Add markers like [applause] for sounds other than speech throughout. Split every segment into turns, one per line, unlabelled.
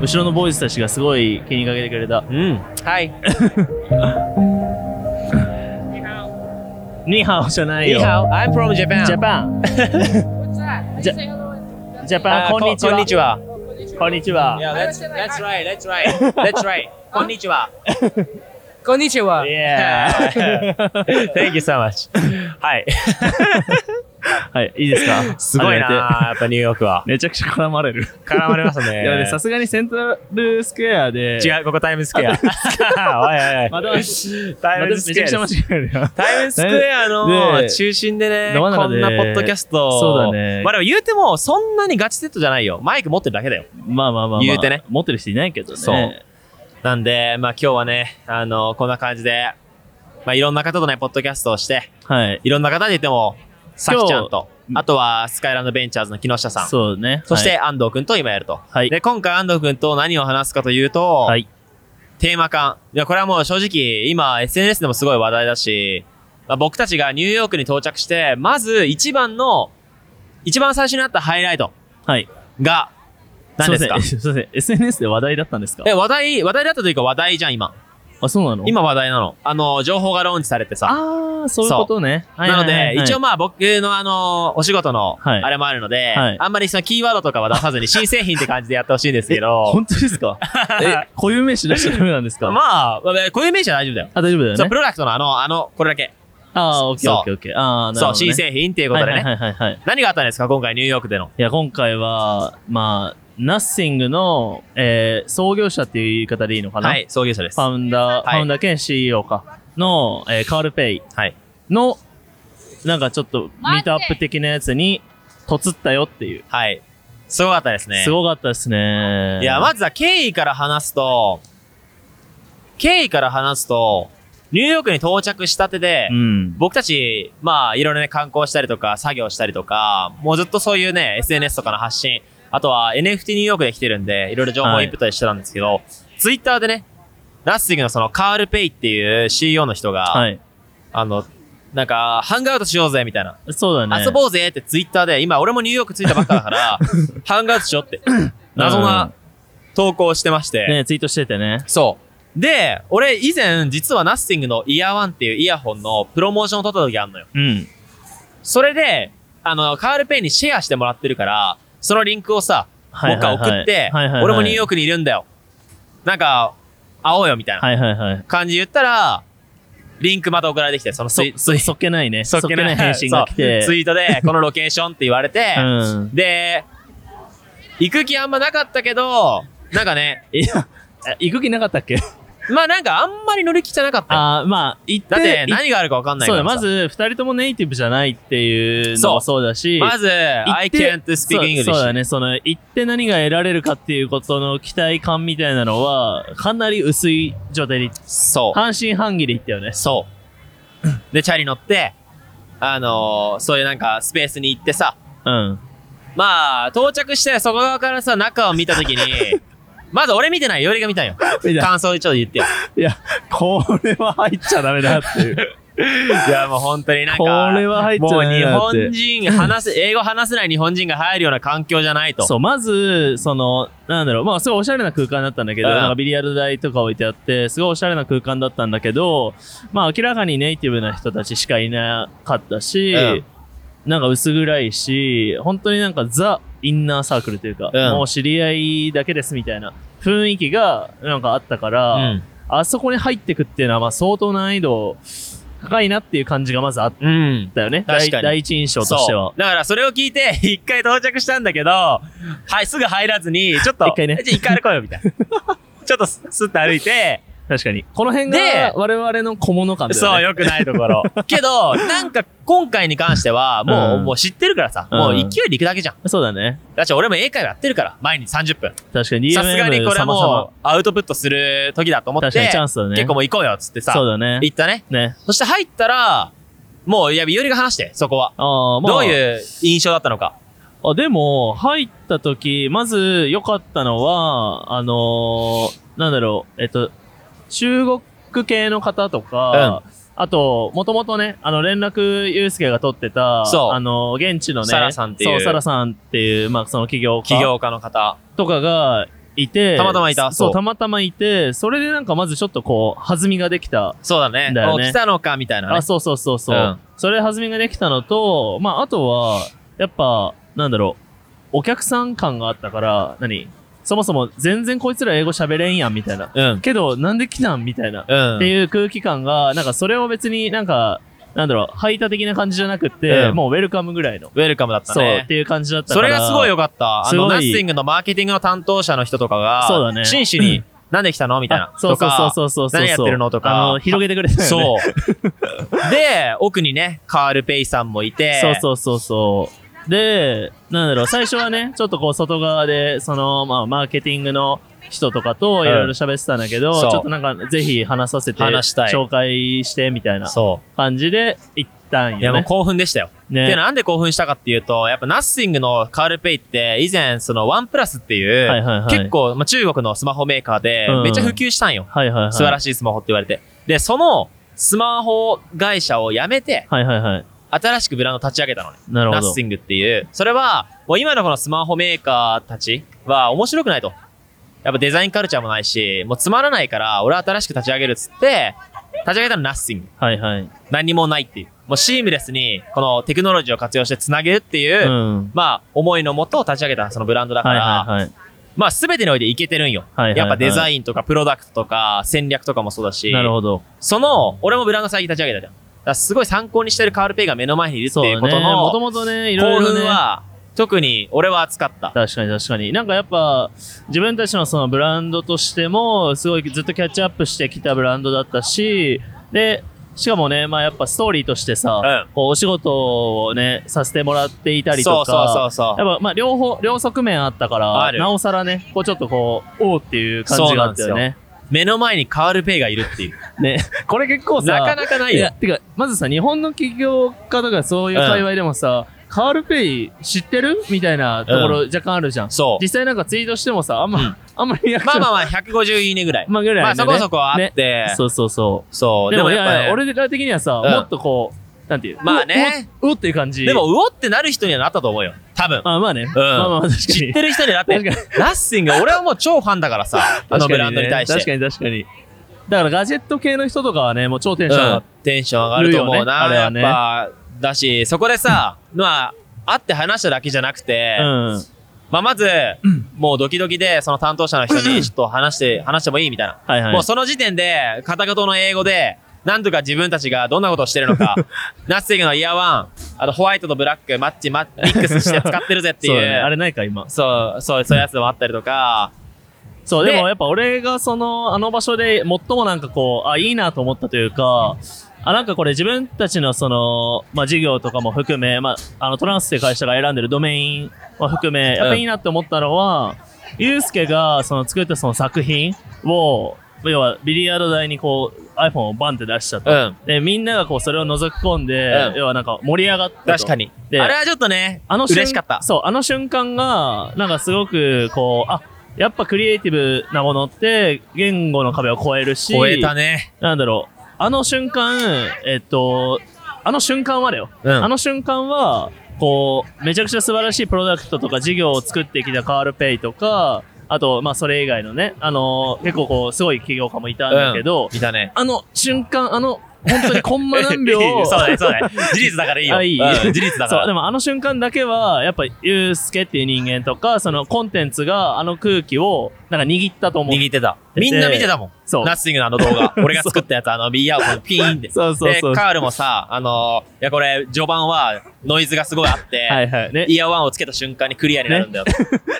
後ろのボーイズたちがすごい気にかけてくれた。
うん。
はい。ニーハオじゃないよ。
Nihao, I'm from Japan.
ジャパン。
What's that? How do
Ja-
you say hello in
Japan.
Uh,
こんにちは
こんにちは。
Oh, konnichiwa.
こんにちは。
Yeah, that's, that's right, that's [laughs] right. That's right. こんにちは。
Konnichiwa.
Yeah.
Thank you so much. はい。
はい、いいですか
[laughs] すごいな
初めて
やっぱニューヨークは。
めちゃくちゃ絡まれる。
絡まれます [laughs]
いやね、さ
ね。
すがにセントラルスクエアで。う。 [laughs]
違う、ここタイムズスクエア。おいおいおい。
また、また
タイ
め
ムズスク
ち
エ
ゃくち
アです
ゃ間違えるよ。
タイムズスクエアの
で
中心でね、
ど
こ
真
ん
ん
なポ
中で
ッドキャストを
そうだね
まあでも言うても、そんなにガチセットじゃないよ。マイク持ってるだけだよ。
まあまあまあまあ。
言うてね。
持ってる人いないけどね。
そうなんで、まあ今日はね、あの、こんな感じで、まあいろんな方とね、ポッドキャストをして、
はい。
いろんな方に言っても、さきちゃんと
う、ん
あとはスカイランドベンチャーズの木下さん、そ
そうね。
して、安藤くんと今やると。
はい
で、今回安藤くんと何を話すかというと、
はい、はい。
テーマ感。いや、これはもう正直、今 SNS でもすごい話題だし、まあ、僕たちがニューヨークに到着して、まず一番の、一番最初にあったハイライト
はい。
が、何ですか
すいません。す [laughs] いません。SNS で話題だったんですか
え、話題、話題だったというか話題じゃん、今。
あ、そうなの
今話題なの。あの、情報がローンチされてさ。
ああ、そういうことね。はい
な
は
の
いはいはい
で、一応まあ僕のあの、お仕事の、
はい
あれもあるので、
はい
あんまりそのキーワードとかは出さずに新製品って感じでやってほしいんですけど、
[laughs] 本当ですかえ、固有名詞出しちゃダメなんですか、
まあ、こういう名詞は大丈夫だよ。
あ、大丈夫だよ
そう、
ね
プ。ロダクトのあの、あの、これだけ。
ああ、オッケーオッケーオッケー。ああ、なる
そ
ほ
う、
ど、ね。
新製品っていうことでね
は。いはいはい、はい。
何があったんですか今回ニューヨークでの。
いや、今回は、まあ、ナッシングの、えー創業者っていう言い方でいいのかな、
はい、創業者です。
ファウンダー、
い
ファウンダー兼 CEO か。の、えーカールペイ
はい。
の、なんかちょっと、ミートアップ的なやつに、とつったよっていう。
はい。すごかったですね。
すごかったですね。
いや、まずは経緯から話すと、経緯から話すと、ニューヨークに到着したてで、
うん。
僕たち、まあ、いろいろね、観光したりとか、作業したりとか、もうずっとそういうね、SNS とかの発信、あとは NFT ニューヨークで来てるんで、いろいろ情報をインプットしてたんですけど、ツイッターでね、ラッシングのそのカール・ペイっていう CEO の人が、
はい。
あの、なんか、ハングアウトしようぜみたいな、
そうだね。
遊ぼうぜってツイッターで、今俺もニューヨーク着いたばっかだ
[laughs]
から、ハンガーツしようって、謎な投稿をしてまして、
ね、ツイートしててね。
そう。で、俺以前実はナッシングのイヤーワンっていうイヤホンのプロモーションを取った時あんのよ。
うん。
それで、あの、カールペイにシェアしてもらってるから、そのリンクをさ、
はいはいはい
僕が送って、
はいはいはい
俺もニューヨークにいるんだよ。なんか、会おうよみたいな
はいはいはい。
感じで言ったら、リンクまた送られてきて、その
そ
ツイ、
そそっけないね。
そっけない
返信が来て。
そうツイー
[laughs]
トで、このロケーションって言われて、
うん。
で、行く気あんまなかったけど、なんかね、
いや、え行く気なかったっけ
まあなんかあんまり乗り気じゃなかったよ。
ああ、まあ、行って、
だって
行っ
何があるかわかんない
そ
か
う
ら
だ、ま
さ、
ず、二人ともネイティブじゃないっていうのもそうだし、
まず、
行
I
って
can't speak
そうそうだ
English。
ね、その、行って何が得られるかっていうことの期待感みたいなのは、かなり薄い状態で、
そう。
半信半疑で行ったよね。
そう。で、チャリ乗って、あのー、そういうなんかスペースに行ってさ、
うん。
まあ、到着して、そこ側からさ、中を見たとき
[laughs]
に、まず俺見てない、よりが見たんよ。
見た
感想でちょっと言ってよ。
いや、これは入っちゃダメだっていう。
いや、もう本当になんか、
これは入っちゃダメだ
も
っ
う
て
日本人、話せ、英語話せない日本人が入るような環境じゃないと。
そう、まず、その、なんだろう、まあ、すごいおしゃれな空間だったんだけど、
うん
なんかビリヤード台とか置いてあって、すごいおしゃれな空間だったんだけど、まあ、明らかにネイティブな人たちしかいなかったし、
うん
なんか薄暗いし、本当になんかザ・インナーサークルというか、
うん
もう知り合いだけですみたいな雰囲気がなんかあったから、
うん
あそこに入ってくっていうのは、まあ、相当難易度高いなっていう感じがまずあっ
うん。
たよね。
確かに
第第一印象としては
そう。だからそれを聞いて、一回到着したんだけど、はい、すぐ入らずに、ちょっと、
一回ね
じゃあ一回歩こうよ、みたい
[laughs]
な。ちょっとスッと歩いて、
確かに。この辺
で
が我々の小物感だよね。
[laughs] そう、良くないと
[laughs]
ころ。けど、なんか今回に関しては、もう、
うん
もう知ってるからさ、
うん
もう勢いで行くだけじゃん。
そうだね。
だって俺も英会話やってるから、毎日30分。
確かに DMM
さすがにこれは
様々
もう、アウトプットする時だと思って、
確かにチャンスだね。
結構もう行こうよ、つってさ、
そうだね。
行ったね。
ね。
そして入ったら、もう、いや、よりが話して、そこは。
ああ、まあ。
どういう印象だったのか。
あ、でも、入った時、まず良かったのは、あのーなんだろう、えっと、中国系の方とか、あと、もともとね、あの、連絡、ゆうすけが取ってた、
そう
あの、現地のね、
サラさんっていう
そう、サラさんっていう、まあ、その起業家
起業家の方。
とかがいて、
たまたまいた
そ
そう
う、たまたまいて、それでなんかまずちょっとこう、弾みができた。
そうだね。
だよね
お来たのか、みたいなね、
あ、そうそうそうそう。
うん
それ弾みができたのと、まあ、あとは、やっぱ、なんだろう、お客さん感があったから、何そもそも全然こいつら英語喋れんやん、みたいな。
うん。
けど、なんで来たんみたいな。
うん。
っていう空気感が、なんかそれを別になんか、なんだろう、排他的な感じじゃなくって、
うん
もうウェルカムぐらいの。
ウェルカムだった
そう、っ
ね。
ていう感じだったか
そ
ら。
れがすごい良かった。あ
すご
の、
い
ナッシングのマーケティングの担当者の人とかが、
そうだね
真摯に、なんで来たのみたい [laughs] な
あ。そうそう
と
そう
か
そうそうそう。
何やってるのと
あ
か
の、広げてくれたよね。
そう。で、奥にね、カール・ペイさんもいて、
そうそうそうそう。で、なんだろう、最初はね、ちょっとこう外側で、その、まあ、マーケティングの人とかといろいろ喋ってたんだけど、
そう
ちょっとなんか、ぜひ話させて、
話したい
紹介して、みたいな
そ
感じで、行ったん
う。いや、
よ
もう
ね。
興奮でしたよ。っていう
ね
の。はなんで興奮したかっていうと、やっぱナッシングのカールペイって、以前、そのワンプラスっていう、
はいはいはい
結構、まあ、中国のスマホメーカーで
うん、
めっちゃ普及したんよ。
はいはいはい。
素晴らしいスマホって言われて。で、そのスマホ会社を辞めて、
はいはいはい。
新しくブランド立ち上げたのね。
なるほ
ナ
ど
ッ。シングっていう。それは、もう今のこのスマホメーカーたちは面白くないと。やっぱデザインカルチャーもないし、もうつまらないから、俺は新しく立ち上げるっつって、立ち上げたのナッシング。
はいはい。
何もないっていう。もうシームレスに、このテクノロジーを活用してつなげるっていうう、
ん。
まあ、思いのもと立ち上げたそのブランドだか
はい
ら、
はいはい。
まあ、すべてにおいていけてるんよ。
はいはいはい
やっぱデザインとかプロダクトとか戦略とかもそうだし、
なるほど。
その、俺もブランド最近立ち上げたじゃん。だからすごい参考にしてるカールペイが目の前にいるって
そう
いう
だ
こと
ね。もと
の、
もとね、いろ
興
いろね
奮。は、特に俺は熱かった。
確かに確かに。なんかやっぱ、自分たちのそのブランドとしても、すごいずっとキャッチアップしてきたブランドだったし、で、しかもね、まあやっぱストーリーとしてさ、
う
こうお仕事をね、させてもらっていたりとか、
そうそうそうそう
やっぱまあ両方、両側面あったから、
ある
なおさらね、こうちょっとこう、おうっていう感じがあったよね。
目の前にカールペイがいるっていう。
ね、これ結構さ、
なかなかない
い
よ
や、。てか、まずさ、日本の企業家とかそういう界隈でもさ、カールペイ知ってるみたいなところ若干あるじゃん。
そう
実。際なんかツイートしてもさ、あんま、
うん
あんまりリアクシ
ま
ョ
あ
ン
まあまあ、150いいねぐらい。
まあぐらいな
ま
んだ
あ、そ
よね
こそこあって、
そうそうそ。
そうう。
で
で
も、
も
い
やっぱ、
やい
ね、
や、俺ら的にはさ、
うん
もっとこう、なんていう。
まあね
う。うおうっていう感じ。
でも、、うおってなる人にはなったと思うよ。多分。
まあまあね。まあまあ確かに。
知ってる人になって、
確か
ナッシング、俺はもう超ファンだからさ、あのブランドに対して。
確かに確かに。だからガジェット系の人とかはね、もう超テンション上がって。
テンション上がると思うな、
あれ
や
は
っ
ね
ぱ。だし、そこでさ、まあ、会って話しただけじゃなくて、
うん。
まあ、まず、もうドキドキで、その担当者の人に、ちょっと話して、話してもいいみたいな。
はいはい。
もうその時点で、片言の英語で、なんとか自分たちがどんなことをしてるの
[laughs]
か、ナッシングのイヤーワン、あとホワイトとブラック、マッチ、マッミックスして使ってるぜって
[laughs]
い
そう
う。
だね。あれないか、今。
そう、そう、そういうやつもあったりとか、
そう、
で
でもやっぱ俺がその、あの場所で最もなんかこう、あ、いいなと思ったというか、あ、なんかこれ自分たちのその、まあ、事業とかも含め、まあ、あの、トランスっていう会社が選んでるドメインを含め、やっぱいいなって思ったのは、ゆうすけがその作ったその作品を、要はビリヤード台にこう iPhone をバンって出しちゃった。
うん。
で、みんながこうそれを覗き込んで、
うん
要はなんか盛り上がったと。
確かに。
で
あれはちょっとね、
あの瞬
嬉しかった。
そう、あの瞬間が、なんかすごく、こう、あ、やっぱクリエイティブなものって、言語の壁を超えるし、
超えたね。
なんだろう、あの瞬間、えっと、あの瞬間はだよ。
うん
あの瞬間は、こう、めちゃくちゃ素晴らしいプロダクトとか事業を作ってきたカールペイとか、あと、まあ、それ以外のね、あの結構こう、すごい企業家もいたんだけど、
いたね。
あの瞬間、あの、本当にコンマ何秒、
[laughs] そうだね、そうだね。事実だからいいよ。
あいい
うん事実だか
そう、で
ら。
もあの瞬間だけは、やっぱ、ゆうすけっていう人間とか、そのコンテンツがあの空気を、なんか握ったと思う。
握ってた。みんな見てたもん。
[laughs] そう
ナッシングのあの動画。俺が作ったやつ、あの、ビーヤーをピーンって。
そうそうそう
で、カールもさ、あのー、いや、これ、序盤は、ノイズがすごいあって、
はいはい。ね、
イヤーワンをつけた瞬間にクリアになるんだよ。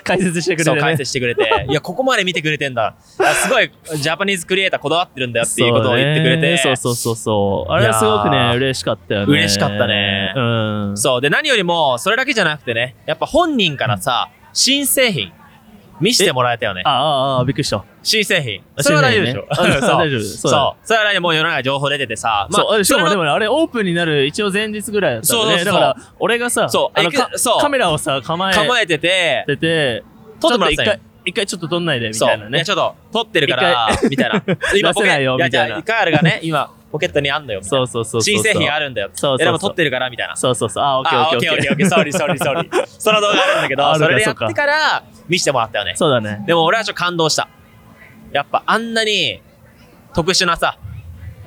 解説してくれ
そ
る、[laughs] ね。
う、解説してくれて、いや、ここまで見てくれてんだ。あすごい、ジャパニーズクリエイターこだわってるんだよっていうことを言ってくれて、
そうねそうそうそうそう。あれはすごく
いや
ね、
ー
嬉しかったよね。
嬉しかったね
うん。
そう。で、何よりも、それだけじゃなくてね、やっぱ本人からさ、新製品、見せてもらえたよね
あ。あ、ああ、びっくりした。
新製品。それは大丈夫でしょ。
新製品ねあ
[laughs] そう
大丈夫
そう。
そうだ
それは大丈夫もう世の中情報出ててさ、ま
そう、
あ、
しかもで
それ
も
の
ねあれオープンになる一応前日ぐらいだったん
そう
ね。
そうそ
だ
う
から、俺がさ、
そう
あの
えく
か
そう
カメラをさ、構え
構えてて、
てて、
撮ってもらって
ちょ
た
っと一回、
よ
一回ちょっと撮んないで、み
そ
た
う
いな。
い
ね [laughs]
やち。ょっと、撮ってるから、みたいな。
出せないよ
や
みたいな
じゃあカールがね、今、ポケットにあんのよ。みたい
そ
な
うそうそうそう。
新製品あ
る。
るんだよ。
そうそうそう
えでも撮ってるから、みたいな。
そうそうそう。あ、オッケー
あ
オ
オ
ッ
ッ
ケ
ケ
ーオ
ーオ
ッ
ッ
ケー。
ケーオッケー、ソーリーソーリーソーリー。その動画あるんだけ
あ
ど、
るか
それでやっ
そうか
てから見せてもらったよね。
そうだね。
でも俺はちょっと感動した。やっぱあんなに特殊なさ、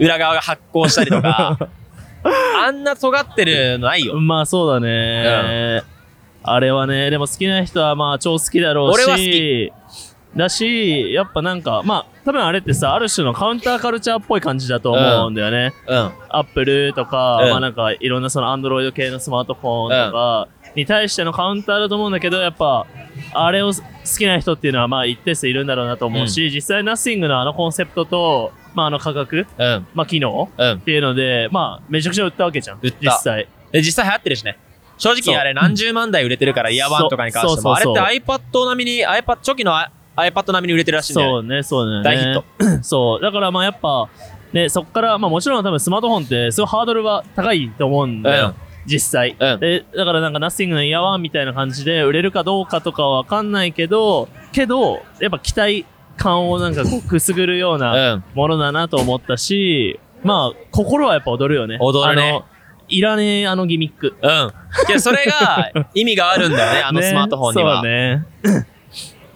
裏側が発光したりとか、あんな尖ってるのない
[laughs]
よ。
まあそうだね、あれはね、でも好きな人はまあ超好きだろうし、
俺は好
だし、やっぱなんか、まあ多分あれってさ、ある種のカウンターカルチャーっぽい感じだと思うんだよね。
うん。
アップルとか、
うん
まあなんかいろんなそのアンドロイド系のスマートフォンとかに対してのカウンターだと思うんだけど、やっぱ、あれを好きな人っていうのはまあ一定数いるんだろうなと思うし、実際ナッシングのあのコンセプトと、まああの価格、
うん。
まあ機能
うん
っ。ていうので、まあめちゃくちゃ売ったわけじゃん。
売った
実際。
で、実際流行ってるしね。正
そう
直あれ何十万台売れてるから、イヤーバンとかに関しても、
そう
あ
そうそう
れって iPad 並みに、iPad、初期の iPad 並みに売れてるらしいんだよね。
そうね、そうね。
大ヒッ
ト。 [clears throat] そう。だからまあやっぱ、ね、そこから、まあもちろん多分スマートフォンってすごいハードルは高いと思うんだよ。実際、
うん
で。だからなんかナッシングのイヤーワンみたいな感じで売れるかどうかとかはわかんないけど、けど、やっぱ期待感をなんかこうくすぐるような
うん。
ものだなと思ったし、まあ心はやっぱ踊るよね。
踊るね
あの。いらねえあのギミック。
うん。いや、それが意味があるん
[laughs]
だよね、あの
ね
スマートフォンには。
そうね。
[clears throat]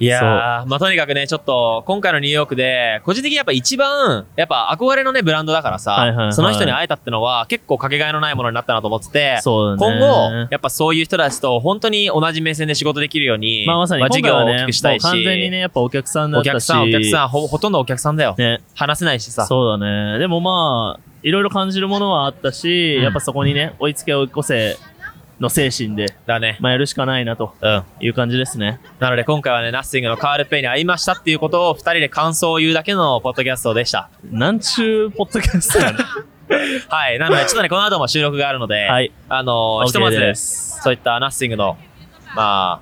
いやー、まあ、とにかくね、ちょっと、今回のニューヨークで、個人的にやっぱ一番、やっぱ憧れのね、ブランドだからさ、
はいはいはい
その人に会えたってのは、結構かけがえのないものになったなと思ってて、
そうだね。
今後、やっぱそういう人たちと本当に同じ目線で仕事できるように、
まあまさに
事
今回
業を
は
大
ね、
きくしたいし、
もう完全にね、やっぱお客さんだ
お
った
客
し。
さん、お客さんほ、ほとんどお客さんだよ。
ね、
話せないしさ。
そうだね。でもまあ、いろいろ感じるものはあったし、
うん
やっぱそこにね、追いつけ追い越せの精神で、
だね。
まあやるしかないなと
うん。
いう感じですね。
なので今回はね、ナッシングのカール・ペイに会いましたっていうことを二人で感想を言うだけのポッドキャストでした。
なんちゅうポッドキャスト
[laughs]
やね。
はい。なので、ちょっとね、この後も収録があるので、
はい。
あのー、ひとま
OK
ず、
です。
そういったナッシングの、ま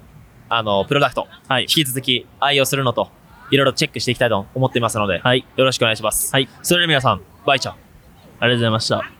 あ、あの、プロダクト、
はい
引。き続き愛用するのと、いろいろチェックしていきたいと思っていますので、
はい。
よろしくお願いします。
はい。
それでは皆さん、バイチャオ。
ありがとうございました。